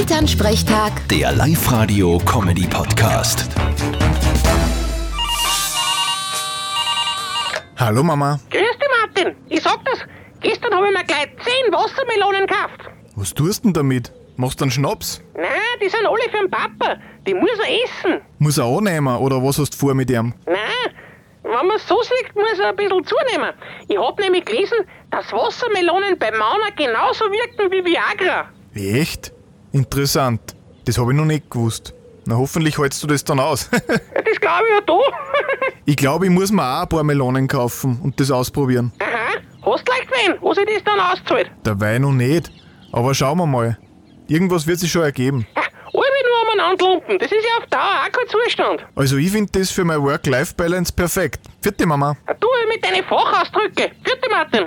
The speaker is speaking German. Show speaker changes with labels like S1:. S1: Elternsprechtag,
S2: Der Live-Radio-Comedy-Podcast.
S3: Hallo Mama.
S4: Grüß dich, Martin. Ich sag das. Gestern habe ich mir gleich 10 Wassermelonen gekauft.
S3: Was tust denn damit? Machst einen Schnaps?
S4: Nein, die sind alle für den Papa. Die muss er essen.
S3: Muss er annehmen oder was hast du vor mit ihm?
S4: Nein, wenn man so sieht, muss er ein bisschen zunehmen. Ich hab nämlich gelesen, dass Wassermelonen bei Mauna genauso wirken wie Viagra.
S3: Echt? Interessant. Das habe ich noch nicht gewusst. Na hoffentlich hältst du das dann aus.
S4: Ja, Das glaube ich ja da.
S3: ich glaube, ich muss mir auch ein paar Melonen kaufen und das ausprobieren.
S4: Aha, hast leicht wen, wo sich das dann auszahlt.
S3: Dabei noch nicht. Aber schauen wir mal. Irgendwas wird sich schon ergeben.
S4: Ja, alle nur umeinander lumpen. Das ist ja auf Dauer auch kein Zustand.
S3: Also ich finde das für meine Work-Life-Balance perfekt. Vierte Mama.
S4: Ja, Du halt mit deinen Fachausdrücken. Vierte Martin.